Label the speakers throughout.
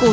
Speaker 1: 股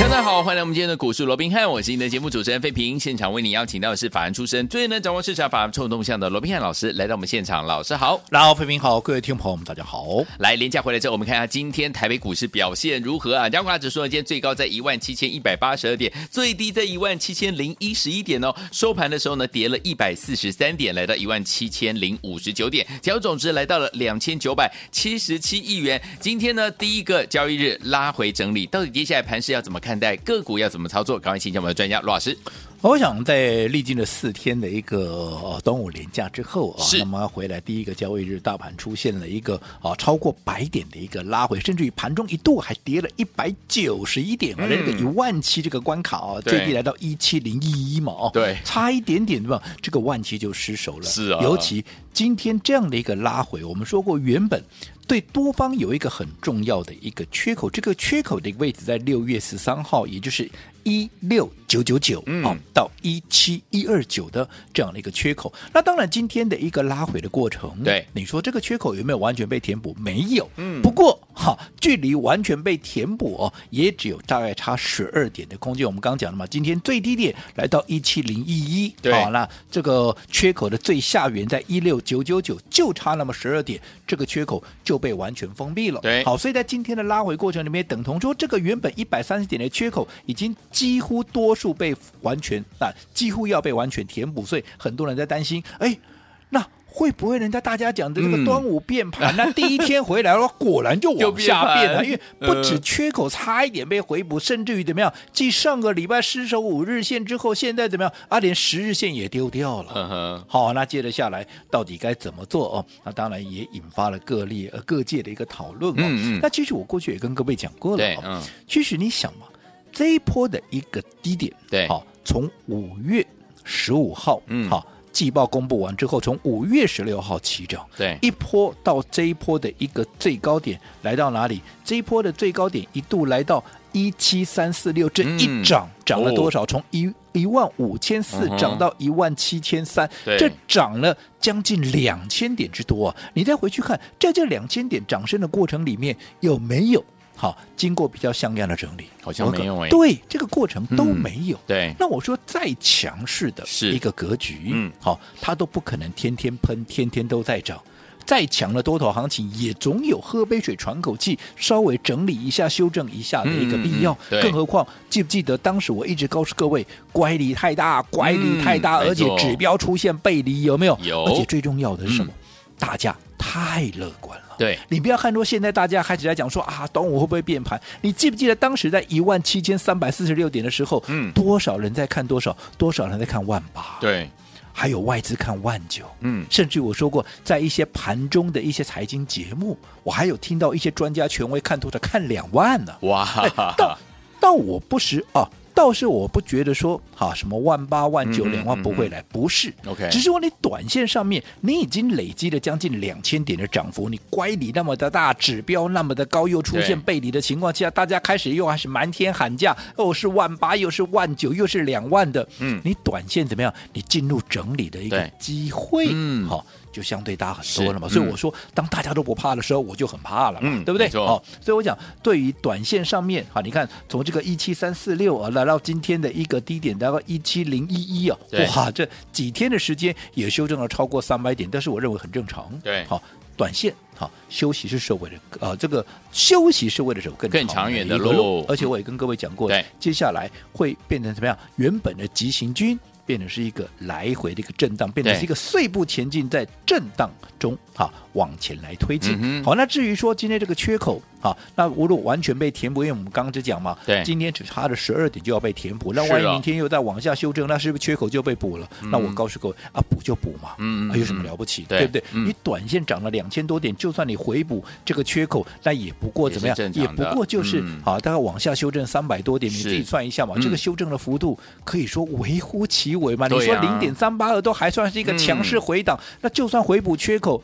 Speaker 2: 大家好，欢迎来我们今天的股市罗宾汉，我是你的节目主持人费平。现场为你邀请到的是法案出身、最能掌握市场法案臭动向的罗宾汉老师来到我们现场，老师好。
Speaker 3: 然后，飞平好，各位听众朋友们，大家好。
Speaker 2: 来，廉价回来之后，我们看一下今天台北股市表现如何啊？加权指数呢，今天最高在一万七千一百八十二点，最低在一万七千零一十一点哦。收盘的时候呢，跌了一百四十三点，来到一万七千零五十九点，交易总值来到了两千九百七十七亿元。今天呢，第一个交易日拉回整理，到底接下来盘势要怎么看待？个股要怎么操作？赶快请教我们的专家罗老师。
Speaker 3: 我想在历经了四天的一个呃端午连假之后啊，
Speaker 2: 是
Speaker 3: 那么回来第一个交易日，大盘出现了一个啊超过百点的一个拉回，甚至于盘中一度还跌了一百九十一点啊，那、这个一万七这个关卡啊，
Speaker 2: 嗯对
Speaker 3: 最低来到一七零一一嘛哦，
Speaker 2: 对
Speaker 3: 差一点点对吧？这个万七就失手了，
Speaker 2: 是啊
Speaker 3: 尤其今天这样的一个拉回，我们说过原本。对多方有一个很重要的一个缺口，这个缺口的一个位置在六月十三号，也就是一六九九九
Speaker 2: 嗯
Speaker 3: 啊，到一七一二九的这样的一个缺口。那当然，今天的一个拉回的过程，
Speaker 2: 对
Speaker 3: 你说这个缺口有没有完全被填补？没有，
Speaker 2: 嗯
Speaker 3: 不过哈，距离完全被填补哦，也只有大概差十二点的空间。我们刚刚讲了嘛，今天最低点来到一七零一一，
Speaker 2: 对
Speaker 3: 好，那这个缺口的最下缘在一六九九九，就差那么十二点，这个缺口就被完全封闭了。
Speaker 2: 对
Speaker 3: 好，所以在今天的拉回过程里面，等同说这个原本一百三十点的缺口，已经几乎多数被完全啊，几乎要被完全填补，所以很多人在担心，哎，那。会不会人家大家讲的这
Speaker 2: 嗯
Speaker 3: 个端午变 盘？那第一天回来了，果然就
Speaker 2: 就
Speaker 3: 往
Speaker 2: 变
Speaker 3: 下变了，
Speaker 2: 盘
Speaker 3: 因为不止
Speaker 2: 呃
Speaker 3: 缺口差一点被回补，甚至于怎么样？继上个礼拜失守五日线之后，现在怎么样？啊，连十日线也丢掉了。
Speaker 2: 嗯哼，
Speaker 3: 好，那接着下来到底该怎么做哦？那当然也引发了各类呃各界的一个讨论哦。
Speaker 2: 嗯嗯
Speaker 3: 那其实我过去也跟各位讲过了、
Speaker 2: 对
Speaker 3: 哦，，
Speaker 2: 嗯，
Speaker 3: 其实你想嘛，这一波的一个低点，
Speaker 2: 对
Speaker 3: 好，从五月十五号，
Speaker 2: 嗯
Speaker 3: 好，季报公布完之后，从五月十六号起涨，
Speaker 2: 对，
Speaker 3: 一波到这一波的一个最高点来到哪里？这一波的最高点一度来到一七三四六，这一涨、涨了多少？从一一万五千四
Speaker 2: 哦嗯哼
Speaker 3: 涨到一万七千三，
Speaker 2: 对
Speaker 3: 这涨了将近两千点之多啊！你再回去看，在这两千点涨升的过程里面，有没有好经过比较像样的整理？
Speaker 2: 好像没有哎嗯
Speaker 3: 对，这个过程都没有。
Speaker 2: 对，
Speaker 3: 那我说再强势的
Speaker 2: 是
Speaker 3: 一个格局，
Speaker 2: 嗯
Speaker 3: 好、它都不可能天天喷，天天都在涨。再强的多头行情，也总有喝杯水、喘口气，稍微整理一下、修正一下的一个必
Speaker 2: 嗯
Speaker 3: 要。
Speaker 2: 嗯嗯对
Speaker 3: 更何况，记不记得当时我一直告诉各位，乖离太大，乖离太大，
Speaker 2: 嗯
Speaker 3: 而且
Speaker 2: 没错
Speaker 3: 指标出现背离，有没有？
Speaker 2: 有嗯
Speaker 3: 而且最重要的是什么？大家太乐观了。
Speaker 2: 对，
Speaker 3: 你不要看说现在大家开始在讲说啊，端午会不会变盘？你记不记得当时在一万七千三百四十六点的时候，
Speaker 2: 嗯
Speaker 3: 多少人在看多少？多少人在看万八？，
Speaker 2: 对，
Speaker 3: 还有外资看万九。
Speaker 2: 嗯，
Speaker 3: 甚至我说过，在一些盘中的一些财经节目，我还有听到一些专家权威看多少看两万呢、
Speaker 2: 哇，
Speaker 3: 哎到到我不时啊，倒是我不觉得说啊什么万八万九
Speaker 2: 嗯嗯
Speaker 3: 两万不会来，不是
Speaker 2: OK
Speaker 3: 只是说你短线上面你已经累积了将近两千点的涨幅，你乖离那么的大，指标那么的高，又出
Speaker 2: 对
Speaker 3: 现背离的情况下，大家开始又还是瞒天喊价，哦是万八，又是万九，又是两万的，
Speaker 2: 嗯
Speaker 3: 你短线怎么样？你进入整理的一个
Speaker 2: 对
Speaker 3: 机会，
Speaker 2: 嗯
Speaker 3: 好、就相对大很多了嘛。
Speaker 2: 是
Speaker 3: 所以
Speaker 2: 嗯
Speaker 3: 我说，当大家都不怕的时候，我就很怕了嘛，
Speaker 2: 嗯
Speaker 3: 对不对哦
Speaker 2: 没？错
Speaker 3: 好所以我讲，对于短线上面啊，你看从这个一七三四六啊，来到今天的一个低点，来到一七零一一啊，
Speaker 2: 对
Speaker 3: 哇，这几天的时间也修正了超过三百点，但是我认为很正常。
Speaker 2: 对
Speaker 3: 好，短线好休息是是为了呃，这个休息是为了走更
Speaker 2: 更长远的
Speaker 3: 一个
Speaker 2: 路
Speaker 3: 而且我也跟各位讲过
Speaker 2: 对，
Speaker 3: 接下来会变成怎么样？原本的急行军。变成是一个来回的一个震荡，变成
Speaker 2: 对
Speaker 3: 是一个碎步前进，在震荡中哈往前来推进。
Speaker 2: 嗯哼
Speaker 3: 好，那至于说今天这个缺口啊，那如果完全被填补，因为我们刚刚只讲嘛，
Speaker 2: 对
Speaker 3: 今天只差了十二点就要被填补，那
Speaker 2: 是嗯
Speaker 3: 万一
Speaker 2: 啊
Speaker 3: 明天又再往下修正，那是不是缺口就被补了？那我告诉各位啊，补就补嘛，
Speaker 2: 嗯嗯
Speaker 3: 啊有什么
Speaker 2: 嗯
Speaker 3: 了不起？
Speaker 2: 对
Speaker 3: 不对？
Speaker 2: 嗯
Speaker 3: 你短线涨了两千多点，就算你回补这个缺口，那也不过怎么样
Speaker 2: 也是？正
Speaker 3: 也
Speaker 2: 常的
Speaker 3: 不过就是
Speaker 2: 嗯
Speaker 3: 啊，大概往下修正三百多点，你自己
Speaker 2: 是
Speaker 3: 算一下嘛，
Speaker 2: 嗯
Speaker 3: 这个修正的幅度可以说微乎其微嘛。你
Speaker 2: 对
Speaker 3: 说
Speaker 2: 啊嗯
Speaker 3: 零点三八二都还算是一个强势回档，那就算回补缺口。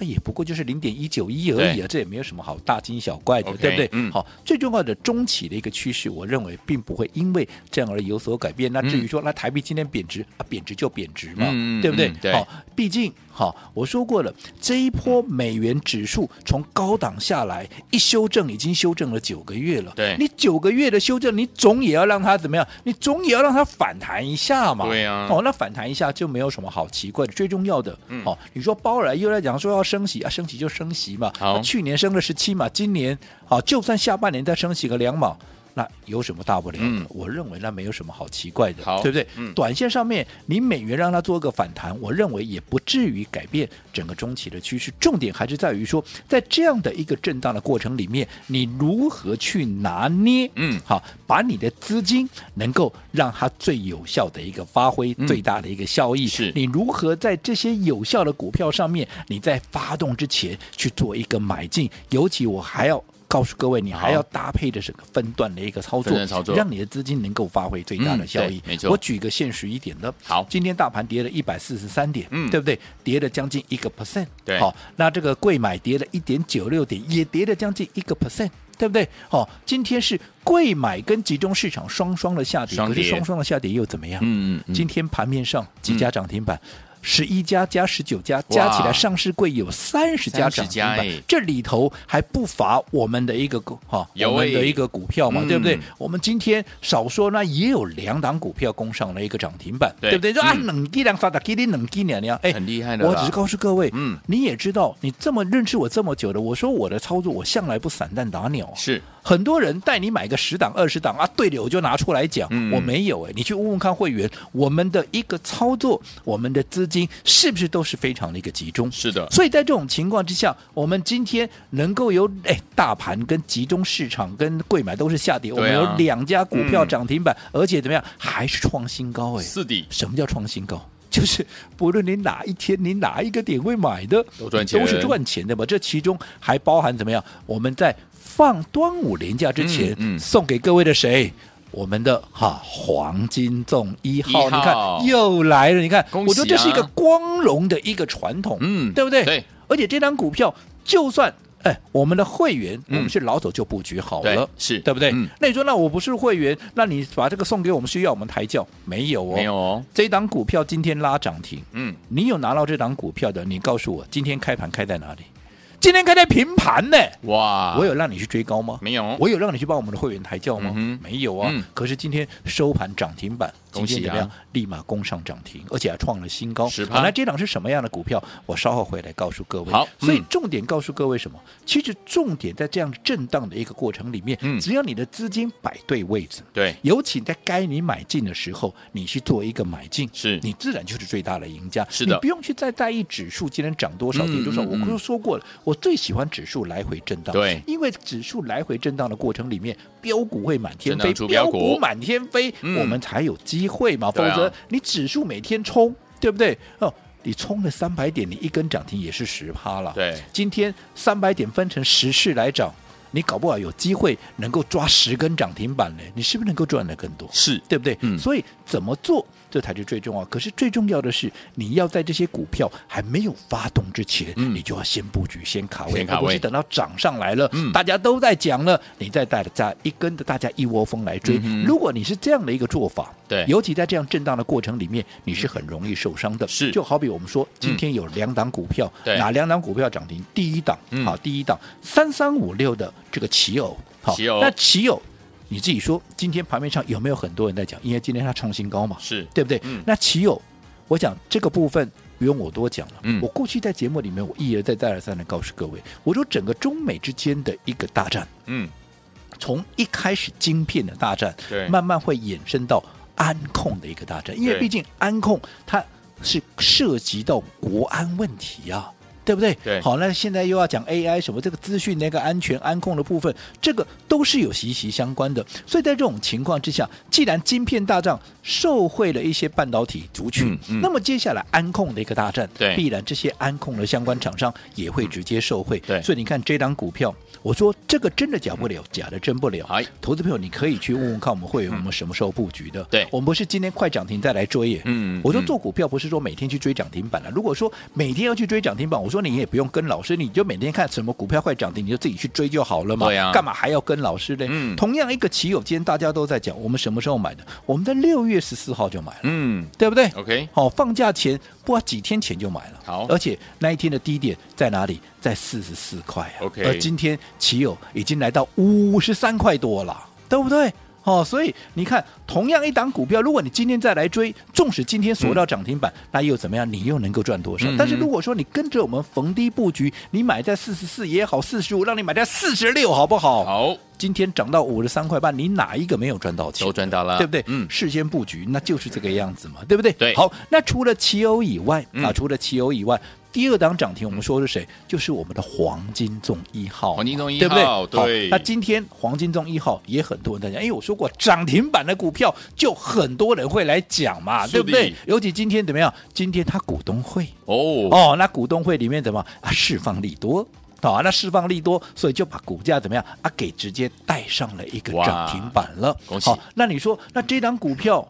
Speaker 3: 哎也不过就是零点一九一而已啊，这也没有什么好大惊小怪的
Speaker 2: OK，
Speaker 3: 对不对？
Speaker 2: 嗯
Speaker 3: 好，最重要的中期的一个趋势，我认为并不会因为这样而有所改变。那至于说，那台币今天贬值啊，贬值就贬值嘛，
Speaker 2: 嗯嗯
Speaker 3: 对不对
Speaker 2: 嗯？对
Speaker 3: 好，毕竟好，我说过了，这一波美元指数从高档下来，一修正已经修正了九个月了。
Speaker 2: 对
Speaker 3: 你九个月的修正，你总也要让它怎么样？你总也要让它反弹一下嘛。
Speaker 2: 对啊
Speaker 3: 哦，那反弹一下就没有什么好奇怪的。最重要的，
Speaker 2: 嗯
Speaker 3: 哦，你说鲍尔又在讲说要升息啊，升息就升息嘛。
Speaker 2: 好
Speaker 3: 那去年升了十七嘛，今年好、就算下半年再升息个两毛。那有什么大不了的？
Speaker 2: 嗯
Speaker 3: 我认为那没有什么好奇怪的，
Speaker 2: 好
Speaker 3: 对不对？
Speaker 2: 嗯
Speaker 3: 短线上面，你美元让它做个反弹，我认为也不至于改变整个中期的趋势。重点还是在于说，在这样的一个震荡的过程里面，你如何去拿捏？
Speaker 2: 嗯
Speaker 3: 好，把你的资金能够让它最有效的一个发挥，
Speaker 2: 嗯
Speaker 3: 最大的一个效益。
Speaker 2: 是
Speaker 3: 你如何在这些有效的股票上面，你在发动之前去做一个买进？尤其我还要。告诉各位，你还
Speaker 2: 好
Speaker 3: 要搭配着整个分段的一个操
Speaker 2: 分
Speaker 3: 作，
Speaker 2: 段操作
Speaker 3: 让你的资金能够发挥最大的
Speaker 2: 嗯
Speaker 3: 效益。
Speaker 2: 对没错
Speaker 3: 我举个现实一点的，
Speaker 2: 好
Speaker 3: 今天大盘跌了一百四十三点，
Speaker 2: 嗯
Speaker 3: 对不对？跌了将近一个 percent，
Speaker 2: 对
Speaker 3: 好，那这个贵买跌了一点九六点，也跌了将近一个 percent。对不对？哦，今天是贵买跟集中市场双双的下跌，
Speaker 2: 双
Speaker 3: 可
Speaker 2: 跌
Speaker 3: 是双双的下跌又怎么样？
Speaker 2: 嗯嗯嗯
Speaker 3: 今天盘面上几家涨停板，十一家加十九家，加起来上市柜有三十家
Speaker 2: 30
Speaker 3: 涨停
Speaker 2: 家
Speaker 3: 板
Speaker 2: 哎，
Speaker 3: 这里头还不乏我们的一个股哈、
Speaker 2: 有
Speaker 3: 我们的
Speaker 2: 哎
Speaker 3: 一个股票嘛，
Speaker 2: 嗯
Speaker 3: 对不对？我们今天少说那也有两档股票攻上了一个涨停板，
Speaker 2: 对
Speaker 3: 不对？就啊，
Speaker 2: 嗯
Speaker 3: 冷基两发达，给你冷基两两，哎，
Speaker 2: 很厉害的啦
Speaker 3: 我只是告诉各位，
Speaker 2: 嗯
Speaker 3: 你也知道，你这么认识我这么久的，我说我的操作，我向来不散弹打鸟啊、
Speaker 2: 是
Speaker 3: 很多人带你买个十档二十档啊，对的我就拿出来讲，
Speaker 2: 嗯
Speaker 3: 我没有哎、你去问问看会员，我们的一个操作，我们的资金是不是都是非常的一个集中？
Speaker 2: 是的，
Speaker 3: 所以在这种情况之下，我们今天能够有哎大盘跟集中市场跟贵买都是下跌，我们
Speaker 2: 对啊
Speaker 3: 有两家股票
Speaker 2: 嗯
Speaker 3: 涨停板，而且怎么样还是创新高哎、
Speaker 2: 四底
Speaker 3: 什么叫创新高？ 就是不论你哪一天、你哪一个点位买的，
Speaker 2: 都赚钱
Speaker 3: 都是赚钱的嘛。这其中还包含怎么样？我们在放端午连假之前，
Speaker 2: 嗯嗯
Speaker 3: 送给各位的谁？我们的哈黄金粽一号，
Speaker 2: 一号
Speaker 3: 你看又来了，你看，
Speaker 2: 恭喜啊
Speaker 3: 我觉得这是一个光荣的一个传统，
Speaker 2: 嗯
Speaker 3: 对不对？
Speaker 2: 对。
Speaker 3: 而且这张股票，就算哎，我们的会员，
Speaker 2: 嗯
Speaker 3: 我们是老早就布局好了
Speaker 2: 对，是
Speaker 3: 对不对？
Speaker 2: 嗯
Speaker 3: 那你说，那我不是会员，那你把这个送给我们是要我们抬轿？没有哦，
Speaker 2: 没有哦，
Speaker 3: 这一档股票今天拉涨停，
Speaker 2: 嗯，
Speaker 3: 你有拿到这档股票的，你告诉我今天开盘开在哪里？今天开在平盘呢、
Speaker 2: 哇，
Speaker 3: 我有让你去追高吗？
Speaker 2: 啊没有？
Speaker 3: 我有让你去帮我们的会员抬轿吗？
Speaker 2: 嗯哼
Speaker 3: 没有啊。
Speaker 2: 嗯
Speaker 3: 可是今天收盘涨停板，
Speaker 2: 恭喜啊
Speaker 3: 今天怎么样？立马攻上涨停，而且还创了新高。
Speaker 2: 10%
Speaker 3: 好那这档是什么样的股票？我稍后回来告诉各位。
Speaker 2: 好嗯
Speaker 3: 所以重点告诉各位什么？其实重点在这样震荡的一个过程里面，
Speaker 2: 嗯
Speaker 3: 只要你的资金摆对位置，
Speaker 2: 对，
Speaker 3: 尤其在该你买进的时候，你去做一个买进，
Speaker 2: 是
Speaker 3: 你自然就是最大的赢家。
Speaker 2: 是的
Speaker 3: 你不用去再在意指数今天涨多少
Speaker 2: 嗯
Speaker 3: 跌多少。
Speaker 2: 嗯嗯
Speaker 3: 我都说过了，我最喜欢指数来回震荡，
Speaker 2: 对
Speaker 3: 因为指数来回震荡的过程里面，标股会满天
Speaker 2: 震
Speaker 3: 飞
Speaker 2: 荡出，标
Speaker 3: 标
Speaker 2: 股
Speaker 3: 股满天飞，
Speaker 2: 嗯
Speaker 3: 我们才有机会嘛。否
Speaker 2: 对啊
Speaker 3: 则你指数每天冲，对不对？哦。你冲了三百点，你一根涨停也是十趴了。
Speaker 2: 对
Speaker 3: 今天三百点分成十次来涨，你搞不好有机会能够抓十根涨停板呢，你是不是能够赚得更多？
Speaker 2: 是
Speaker 3: 对不对？
Speaker 2: 嗯
Speaker 3: 所以怎么做，这才是最重要。可是最重要的是，你要在这些股票还没有发动之前，
Speaker 2: 嗯
Speaker 3: 你就要先布局、先卡位，
Speaker 2: 先卡位
Speaker 3: 而不是等到涨上来了，
Speaker 2: 嗯
Speaker 3: 大家都在讲了，你再带着大家一跟着大家一窝蜂来追。
Speaker 2: 嗯哼
Speaker 3: 如果你是这样的一个做法，
Speaker 2: 对
Speaker 3: 尤其在这样震荡的过程里面，你是很容易受伤的。
Speaker 2: 是
Speaker 3: 就好比我们说，今天有两档股票，
Speaker 2: 对
Speaker 3: 哪两档股票涨停？第一档，
Speaker 2: 嗯
Speaker 3: 好，第一档三三五六的这个奇偶，好，
Speaker 2: 奇偶
Speaker 3: 那奇友，你自己说，今天盘面上有没有很多人在讲？因为今天它创新高嘛，
Speaker 2: 是，
Speaker 3: 对不对？
Speaker 2: 嗯
Speaker 3: 那奇友，我讲这个部分不用我多讲了。
Speaker 2: 嗯
Speaker 3: 我过去在节目里面，我一而再、再而三的告诉各位，我说整个中美之间的一个大战，
Speaker 2: 嗯，
Speaker 3: 从一开始晶片的大战
Speaker 2: 对，
Speaker 3: 慢慢会衍生到安控的一个大战，因为
Speaker 2: 对
Speaker 3: 毕竟安控它是涉及到国安问题啊。对不对？
Speaker 2: 对
Speaker 3: 好，那现在又要讲 AI 什么这个资讯那个安全安控的部分，这个都是有息息相关的。所以在这种情况之下，既然晶片大战受惠了一些半导体族群，
Speaker 2: 嗯嗯
Speaker 3: 那么接下来安控的一个大战，
Speaker 2: 对
Speaker 3: 必然这些安控的相关厂商也会直接受惠。
Speaker 2: 对
Speaker 3: 所以你看这档股票，我说这个真的假不了，假的真不了。
Speaker 2: 哎
Speaker 3: 投资朋友，你可以去问问看我们会员，我们什么时候布局的？
Speaker 2: 对
Speaker 3: 我们不是今天快涨停再来追耶。
Speaker 2: 嗯
Speaker 3: 我说
Speaker 2: 嗯
Speaker 3: 做股票不是说每天去追涨停板了、如果说每天要去追涨停板，我说说你也不用跟老师，你就每天看什么股票快涨停，你就自己去追就好了嘛。
Speaker 2: 对啊
Speaker 3: 干嘛还要跟老师呢？
Speaker 2: 嗯
Speaker 3: 同样一个棋友，今天大家都在讲，我们什么时候买的？我们在六月十四号就买了，
Speaker 2: 嗯
Speaker 3: 对不对？
Speaker 2: ，OK，
Speaker 3: 哦，放假前不几天前就买了，
Speaker 2: 好
Speaker 3: 而且那一天的低点在哪里？在四十四块啊
Speaker 2: OK
Speaker 3: 而今天奇友已经来到五十三块多了，对不对？哦，所以你看，同样一档股票，如果你今天再来追，纵使今天锁到涨停板，那又怎么样？你又能够赚多少？
Speaker 2: 嗯嗯哼
Speaker 3: 但是如果说你跟着我们逢低布局，你买在四十四也好，四十五，让你买在四十六，好不好？
Speaker 2: 好，
Speaker 3: 今天涨到五十三块半，你哪一个没有赚到钱？
Speaker 2: 都赚到了，
Speaker 3: 对不对？
Speaker 2: 嗯，
Speaker 3: 事先布局那就是这个样子嘛，对不对？
Speaker 2: 对
Speaker 3: 好，那除了奇欧以外、
Speaker 2: 嗯
Speaker 3: 啊，除了奇欧以外，第二档涨停我们说是谁？就是我们的黄金纵一号嘛，
Speaker 2: 黄金纵一
Speaker 3: 对不对？
Speaker 2: 号对
Speaker 3: 好，那今天黄金纵一号也很多人在讲，因为我说过涨停板的股票就很多人会来讲嘛，
Speaker 2: 是的
Speaker 3: 对不对？尤其今天怎么样？今天他股东会。
Speaker 2: 哦，
Speaker 3: 哦，那股东会里面怎么啊释放利多？好、啊，那释放利多，所以就把股价怎么样啊给直接带上了一个
Speaker 2: 哇
Speaker 3: 涨停板了。
Speaker 2: 恭喜
Speaker 3: 好，那你说那这档股票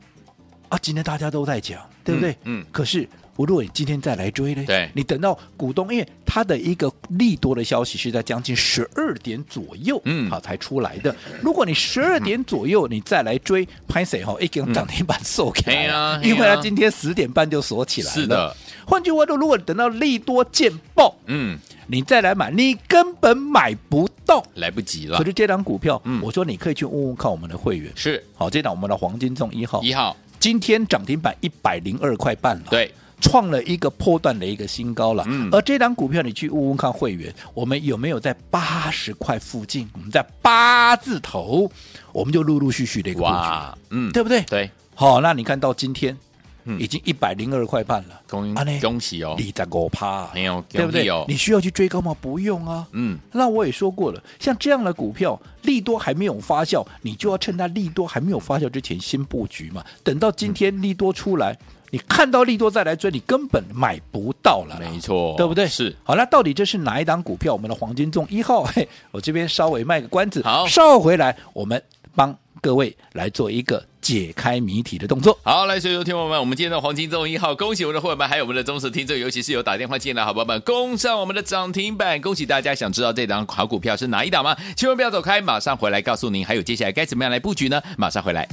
Speaker 3: 啊，今天大家都在讲，对不对？
Speaker 2: 嗯嗯
Speaker 3: 可是。我如果你今天再来追呢？
Speaker 2: 对
Speaker 3: 你等到股东，因为它的一个利多的消息是在将近十二点左右，
Speaker 2: 嗯
Speaker 3: 好才出来的。如果你十二点左右你再来追，拍谁哈？一根涨停板收
Speaker 2: 嗯嘿
Speaker 3: 开
Speaker 2: 呀
Speaker 3: 了，
Speaker 2: 嘿
Speaker 3: 因为它
Speaker 2: 呀
Speaker 3: 今天十点半就锁起来了。
Speaker 2: 是的，
Speaker 3: 换句话说，如果等到利多见报，
Speaker 2: 嗯，
Speaker 3: 你再来买，你根本买不到。
Speaker 2: 来不及了
Speaker 3: 可，是这档股票，
Speaker 2: 啊嗯
Speaker 3: 我说你可以去问问看我们的会员。
Speaker 2: 是
Speaker 3: 好，这档我们的黄金重一号，
Speaker 2: 一号，
Speaker 3: 今天涨停板一百零二块半了。。
Speaker 2: 对，
Speaker 3: 创了一个破断的一个新高了。
Speaker 2: 嗯
Speaker 3: 而这档股票你去问问看会员，我们有没有在八十块附近？我们在八字头，我们就陆陆续续的一个布局了，
Speaker 2: 哇，嗯，
Speaker 3: 对不对？
Speaker 2: 对，
Speaker 3: 好，那你看到今天
Speaker 2: 嗯
Speaker 3: 已经一百零二块半了，
Speaker 2: 恭
Speaker 3: 啊呢
Speaker 2: 恭喜哦，
Speaker 3: 你在我趴，啊
Speaker 2: 没有，
Speaker 3: 对不
Speaker 2: 恭
Speaker 3: 对
Speaker 2: 喜哦？
Speaker 3: 你需要去追高吗？不用啊。
Speaker 2: 嗯，
Speaker 3: 那我也说过了，像这样的股票，利多还没有发酵，你就要趁它利多还没有发酵之前先布局嘛。等到今天利多出来，你看到利多再来追，你根本买不到了啦。
Speaker 2: 没错，
Speaker 3: 对不对？
Speaker 2: 是，
Speaker 3: 好，那到底这是哪一档股票？我们的黄金重一号， 嘿，我这边稍微卖个关子，
Speaker 2: 好
Speaker 3: 稍回来我们帮各位来做一个解开谜题的动作。
Speaker 2: 好，来，所以有听众朋友们，我们今天的黄金综艺号，恭喜我们的伙伴们，还有我们的忠实听众，尤其是有打电话进来的好朋友们，攻上我们的涨停板，恭喜大家！想知道这档好股票是哪一档吗？千万不要走开，马上回来告诉您，还有接下来该怎么样来布局呢？马上回来。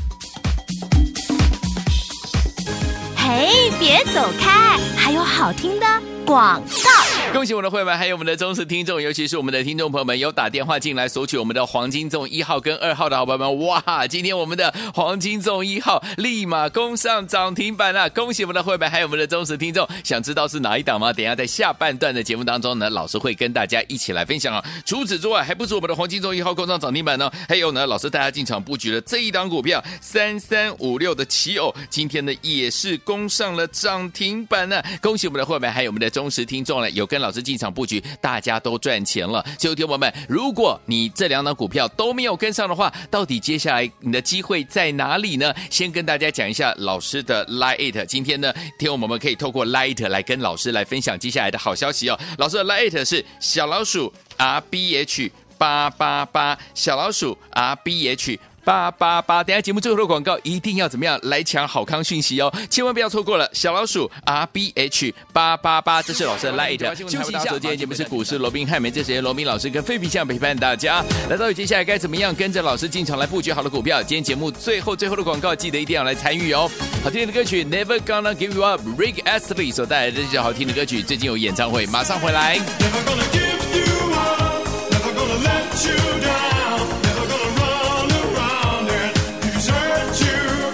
Speaker 1: 嘿，别走开，还有好听的广告。
Speaker 2: 恭喜我们的会员，还有我们的忠实听众，尤其是我们的听众朋友们，有打电话进来索取我们的黄金粽一号跟二号的好朋友们，哇！今天我们的黄金粽一号立马攻上涨停板了，恭喜我们的会员，还有我们的忠实听众。想知道是哪一档吗？等一下在下半段的节目当中呢，老师会跟大家一起来分享啊。除此之外，还不止我们的黄金粽一号攻上涨停板呢，还有呢，老师带大家进场布局了这一档股票三三五六的奇偶，今天呢 E 也是攻上了涨停板呢、恭喜我们的会员，还有我们的忠实听众了，有跟老师进场布局，大家都赚钱了。所以，听众朋友们，如果你这两档股票都没有跟上的话，到底接下来你的机会在哪里呢？先跟大家讲一下老师的 Line It，今天呢，听我们可以透过 Line It 来跟老师来分享接下来的好消息哦。老师的 Line It 是小老鼠 R B H 八八八，小老鼠 R B H。八八八，等一下节目最后的广告一定要怎么样来抢好康讯息哦，千万不要错过了。小老鼠 R B H 八八八，这是老师的 Light。休息一下，今天节目是股市罗宾汉，没这时间罗宾老师跟费皮相陪伴大家。来到底接下来该怎么样跟着老师进场来布局好的股票？今天节目最后最后的广告，记得一定要来参与哦。好听的歌曲 Never Gonna Give You Up，Rick Astley 所带来的这首好听的歌曲，最近有演唱会，马上回来。
Speaker 4: Never gonna give you up, never gonna let you down, never gonna run around and desert you,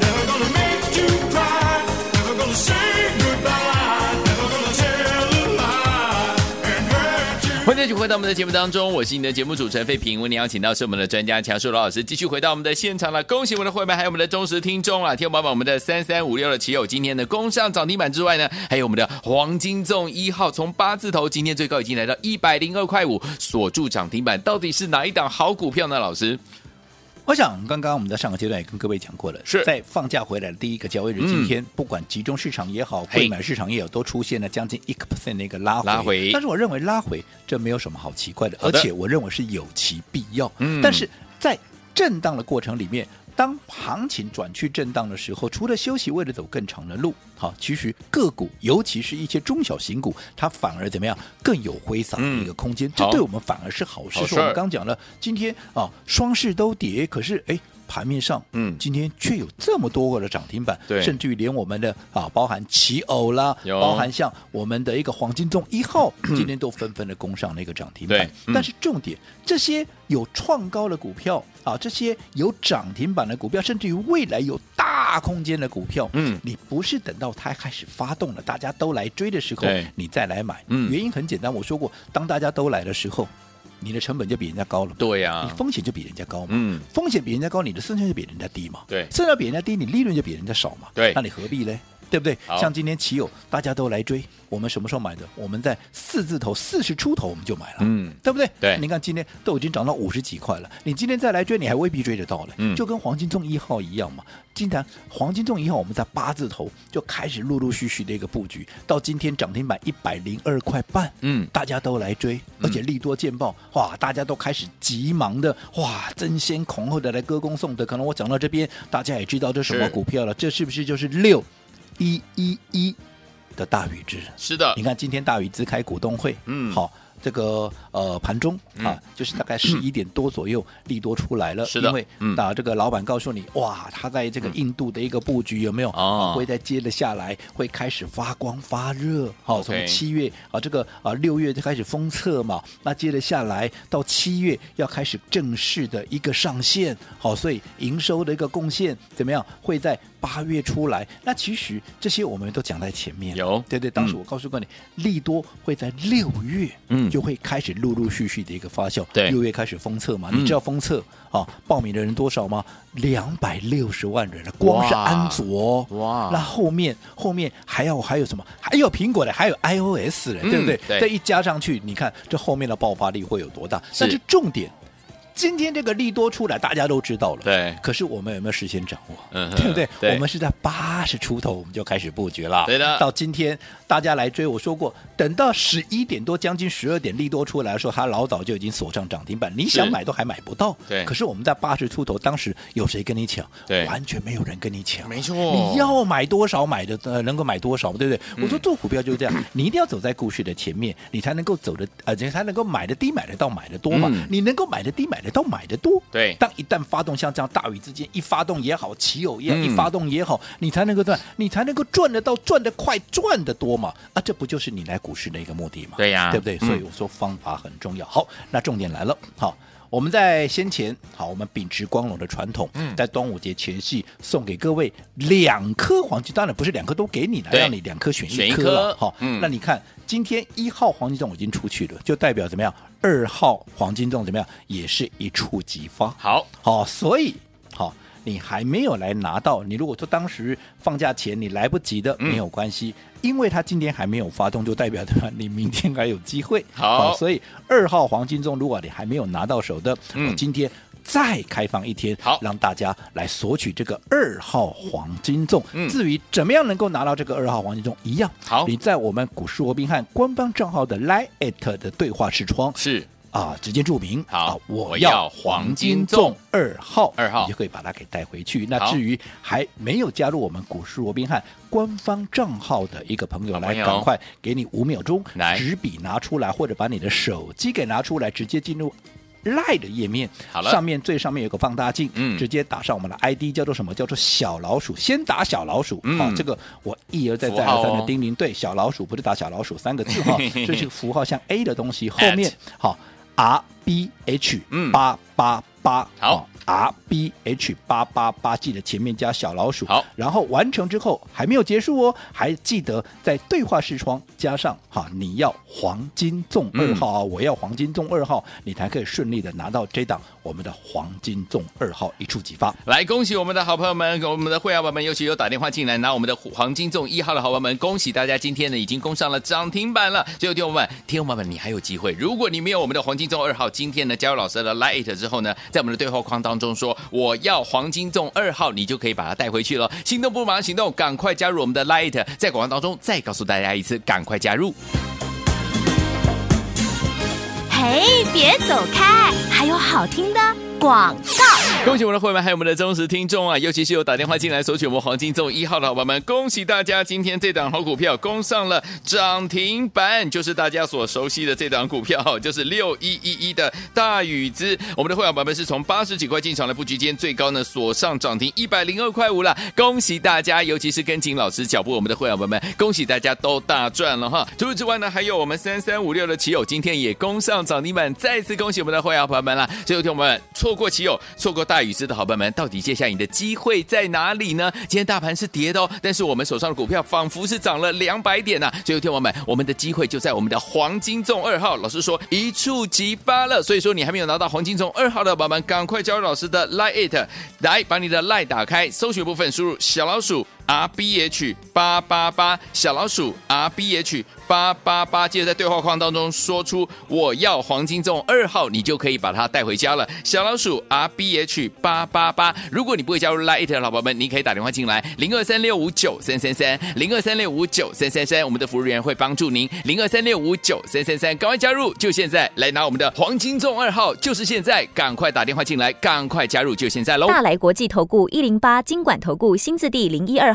Speaker 4: never gonna make you cry, never gonna say goodbye, never gonna tell a lie and hurt you.
Speaker 2: 欢迎继续回到我们的节目当中，我是你的节目主持人费平。为您邀请到是我们的专家强硕罗老师，继续回到我们的现场了。恭喜我们的会员，还有我们的忠实听众啊！听众朋友们，我们的三三五六的棋友今天的攻上涨停板之外呢，还有我们的黄金纵一号从八字头，今天最高已经来到一百零二块五，锁住涨停板。到底是哪一档好股票呢？老师，
Speaker 3: 我想，刚刚我们在上个阶段也跟各位讲过了，
Speaker 2: 是
Speaker 3: 在放假回来的第一个交易日，
Speaker 2: 嗯
Speaker 3: 今天不管集中市场也好，
Speaker 2: 嘿
Speaker 3: 贵买市场也好，都出现了将近一个 percent 的一个拉回。
Speaker 2: 拉回
Speaker 3: 但是我认为拉回这没有什么好奇怪的，
Speaker 2: 好
Speaker 3: 而
Speaker 2: 的
Speaker 3: 且我认为是有其必要。
Speaker 2: 嗯
Speaker 3: 但是在震荡的过程里面。当行情转去震荡的时候，除了休息，为了走更长的路，好，其实个股，尤其是一些中小型股，它反而怎么样更有挥洒的一个空间，这
Speaker 2: 嗯好
Speaker 3: 对我们反而是好事。
Speaker 2: 好
Speaker 3: 所以我
Speaker 2: 事
Speaker 3: 们刚讲了，今天啊，双市都跌，可是哎。盘面上，
Speaker 2: 嗯
Speaker 3: 今天却有这么多个的涨停板，
Speaker 2: 对
Speaker 3: 甚至于连我们的啊，包含奇偶啦，
Speaker 2: 有
Speaker 3: 包含像我们的一个黄金重 一号，今天都纷纷的攻上了一个涨停板
Speaker 2: 对。嗯
Speaker 3: 但是重点，这些有创高的股票啊，这些有涨停板的股票，甚至于未来有大空间的股票，
Speaker 2: 嗯
Speaker 3: 你不是等到它开始发动了，大家都来追的时候
Speaker 2: 对，
Speaker 3: 你再来买。
Speaker 2: 嗯
Speaker 3: 原因很简单，我说过，当大家都来的时候，你的成本就比人家高了嘛，
Speaker 2: 对啊呀、
Speaker 3: 你风险就比人家高嘛。
Speaker 2: 嗯，
Speaker 3: 风险比人家高，你的胜算就比人家低嘛。
Speaker 2: 对
Speaker 3: 胜算比人家低，你利润就比人家少嘛。
Speaker 2: 对
Speaker 3: 那你何必嘞？对不对
Speaker 2: 好？
Speaker 3: 像今天奇友大家都来追，我们什么时候买的？我们在四字头四十出头我们就买了，
Speaker 2: 嗯
Speaker 3: 对不对？
Speaker 2: 对
Speaker 3: 你看今天都已经涨到五十几块了，你今天再来追，你还未必追得到嘞。
Speaker 2: 嗯
Speaker 3: 就跟黄金重一号一样嘛。经常黄金重一号我们在八字头就开始陆陆续续的一个布局，到今天涨停板一百零二块半，
Speaker 2: 嗯
Speaker 3: 大家都来追，而且利多见报，哇，大家都开始急忙的，哇，争先恐后的来歌功颂德。可能我讲到这边，大家也知道这是什么
Speaker 2: 是
Speaker 3: 股票了，这是不是就是六一一一的大禹之？
Speaker 2: 是的
Speaker 3: 你，看今天大禹资开股东会，
Speaker 2: 嗯
Speaker 3: 好。这个呃盘中啊，就是大概十一点多左右，利多出来了。
Speaker 2: 是的
Speaker 3: 因为
Speaker 2: 嗯
Speaker 3: 啊，这个老板告诉你，哇，他在这个印度的一个布局有没有
Speaker 2: 哦
Speaker 3: 啊会再接着下来，会开始发光发热。好，
Speaker 2: OK
Speaker 3: 从七月啊，这个啊六月就开始封测嘛，那接着下来到七月要开始正式的一个上线。好，所以营收的一个贡献怎么样，会在八月出来。那其实这些我们都讲在前面了，
Speaker 2: 有
Speaker 3: 对对，当时
Speaker 2: 嗯
Speaker 3: 我告诉过你，利多会在六月，
Speaker 2: 嗯
Speaker 3: 就会开始陆陆续续的一个发酵。
Speaker 2: 对
Speaker 3: 六月开始封测嘛，
Speaker 2: 嗯
Speaker 3: 你知道封测啊，报名的人多少吗？两百六十万人了，光是
Speaker 2: 哇
Speaker 3: 安卓
Speaker 2: 哇
Speaker 3: 那后面后面还要还有什么？还有苹果的，还有 iOS 的，对不对？
Speaker 2: 嗯对
Speaker 3: 这一加上去，你看这后面的爆发力会有多大？
Speaker 2: 是
Speaker 3: 但是重点。今天这个利多出来，大家都知道了。
Speaker 2: 对
Speaker 3: 可是我们有没有事先掌握？
Speaker 2: 嗯哼
Speaker 3: 对不对？
Speaker 2: 对
Speaker 3: 我们是在八十出头我们就开始布局了。
Speaker 2: 对的
Speaker 3: 到今天大家来追，我说过，等到十一点多，将近十二点利多出来的时候，它老早就已经锁上涨停板，你想买都还买不到。
Speaker 2: 对
Speaker 3: 可是我们在八十出头，当时有谁跟你抢？
Speaker 2: 对
Speaker 3: 完全没有人跟你抢。
Speaker 2: 没错
Speaker 3: 你要买多少买的，呃，能够买多少，对不对？
Speaker 2: 嗯
Speaker 3: 我说做股票就是这样，你一定要走在故事的前面，你才能够走的，呃，你才能够买的低，买得到，买的多嘛。
Speaker 2: 嗯
Speaker 3: 你能够买的低，买得到，买的多。
Speaker 2: 对
Speaker 3: 当一旦发动像这样大雨之间一发动也好，奇偶也好，
Speaker 2: 嗯
Speaker 3: 一发动也好，你才能够赚，你才能够赚得到，赚得快，赚得多嘛。啊，这不就是你来股市的一个目的嘛？
Speaker 2: 对呀
Speaker 3: 对不对？
Speaker 2: 嗯
Speaker 3: 所以我说方法很重要。好，那重点来了，好。我们在先前，好，我们秉持光荣的传统，
Speaker 2: 嗯
Speaker 3: 在端午节前夕送给各位两颗黄金，当然不是两颗都给你了，
Speaker 2: 对
Speaker 3: 让你两颗选
Speaker 2: 选一
Speaker 3: 一颗
Speaker 2: 颗
Speaker 3: 了。好，
Speaker 2: 嗯
Speaker 3: 那你看今天一号黄金粽已经出去了，就代表怎么样？二号黄金粽怎么样？也是一触即发。
Speaker 2: 好，
Speaker 3: 好，所以好，你还没有来拿到，你如果说当时放假前你来不及
Speaker 2: 嗯
Speaker 3: 的，没有关系，因为它今天还没有发动，就代表着你明天还有机会。
Speaker 2: 好
Speaker 3: 所以二号黄金中，如果你还没有拿到手的，
Speaker 2: 嗯
Speaker 3: 我今天。再开放一天，
Speaker 2: 好
Speaker 3: 让大家来索取这个二号黄金粽。
Speaker 2: 嗯
Speaker 3: 至于怎么样能够拿到这个二号黄金粽，一样，
Speaker 2: 好
Speaker 3: 你在我们股市罗宾汉官方账号的 Line at 的对话视窗，
Speaker 2: 是
Speaker 3: 啊，直接注明
Speaker 2: 好
Speaker 3: 啊
Speaker 2: 我
Speaker 3: 我
Speaker 2: 要
Speaker 3: 要
Speaker 2: 黄
Speaker 3: 黄
Speaker 2: 金
Speaker 3: 金
Speaker 2: 粽
Speaker 3: 粽二号，
Speaker 2: 二号
Speaker 3: 你就可以把它给带回去。那
Speaker 2: 好
Speaker 3: 至于还没有加入我们股市罗宾汉官方账号的一个朋友，
Speaker 2: 好
Speaker 3: 来
Speaker 2: 朋友
Speaker 3: 赶快给你五秒钟
Speaker 2: 来，
Speaker 3: 纸笔拿出来，或者把你的手机给拿出来，直接进入。赖的页面，
Speaker 2: 好了
Speaker 3: 上面最上面有个放大镜，
Speaker 2: 嗯
Speaker 3: 直接打上我们的 ID，叫做什么？叫做小老鼠，先打小老鼠。
Speaker 2: 嗯
Speaker 3: 好，这个我一而再
Speaker 2: 符
Speaker 3: 再而三
Speaker 2: 号哦
Speaker 3: 的叮咛，对，小老鼠不是打小老鼠三个字 哈，这是个符号，像 A 的东西，后
Speaker 2: At
Speaker 3: 面好 R B H
Speaker 2: 嗯
Speaker 3: 八八八哦
Speaker 2: 好
Speaker 3: R B H 八八八，记得前面加小老鼠
Speaker 2: 好，
Speaker 3: 然后完成之后还没有结束哦，还记得在对话视窗加上哈，你要黄金粽
Speaker 2: 嗯
Speaker 3: 二号啊，我要黄金粽二号，你才可以顺利的拿到这档我们的黄金粽二号一触即发。
Speaker 2: 来，恭喜我们的好朋友们，我们的会员宝宝们，尤其有打电话进来拿我们的黄金粽一号的好朋友们，恭喜大家今天呢已经攻上了涨停板了。所以，听众们，听众朋友们，你还有机会。如果你没有我们的黄金粽二号，今天呢加入老师的 Lite 之后呢，在我们的对话框当中说我要黄金粽二号，你就可以把它带回去了。心动不如马上行动，赶快加入我们的 Lite，在广告当中再告诉大家一次，赶快加入。
Speaker 1: 嘿，别走开，还有好听的广告。
Speaker 2: 恭喜我们的会员，还有我们的忠实听众啊！尤其是有打电话进来索取我们黄金周一号的好朋友们，恭喜大家！今天这档好股票攻上了涨停板，就是大家所熟悉的这档股票，就是六一一一的大禹资。我们的会员宝宝们是从八十几块进场的布局间，最高呢锁上涨停一百零二块五了。恭喜大家，尤其是跟紧老师脚步，我们的会员宝宝们，恭喜大家都大赚了哈！除此之外呢，还有我们三三五六的奇友，今天也攻上涨停板，再次恭喜我们的会员朋友们啦！所以，有听我们错过奇友、错过大禹资的好朋友们，到底接下来你的机会在哪里呢？今天大盘是跌的哦，但是我们手上的股票仿佛是涨了两百点呐、所以，有听我们，我们的机会就在我们的黄金重二号。老师说一触即发了，所以说你还没有拿到黄金重二号的宝宝们，赶快加入老师的 Line It，来把你的 Line 打开，搜寻部分输入小老鼠 R B H 八八八，小老鼠 R B H 八八八，记得在对话框当中说出我要黄金重二号，你就可以把它带回家了。小老鼠 R B H 八八八，如果你不会加入 Lite 的老宝们，你可以打电话进来零二三六五九三三三零二三六五九三三三，我们的服务人员会帮助您零二三六五九三三三，赶快加入，就现在来拿我们的黄金重二号，就是现在，赶快打电话进来，赶快加入，就现在喽。
Speaker 5: 大来国际投顾一零八金管投顾新字第零一二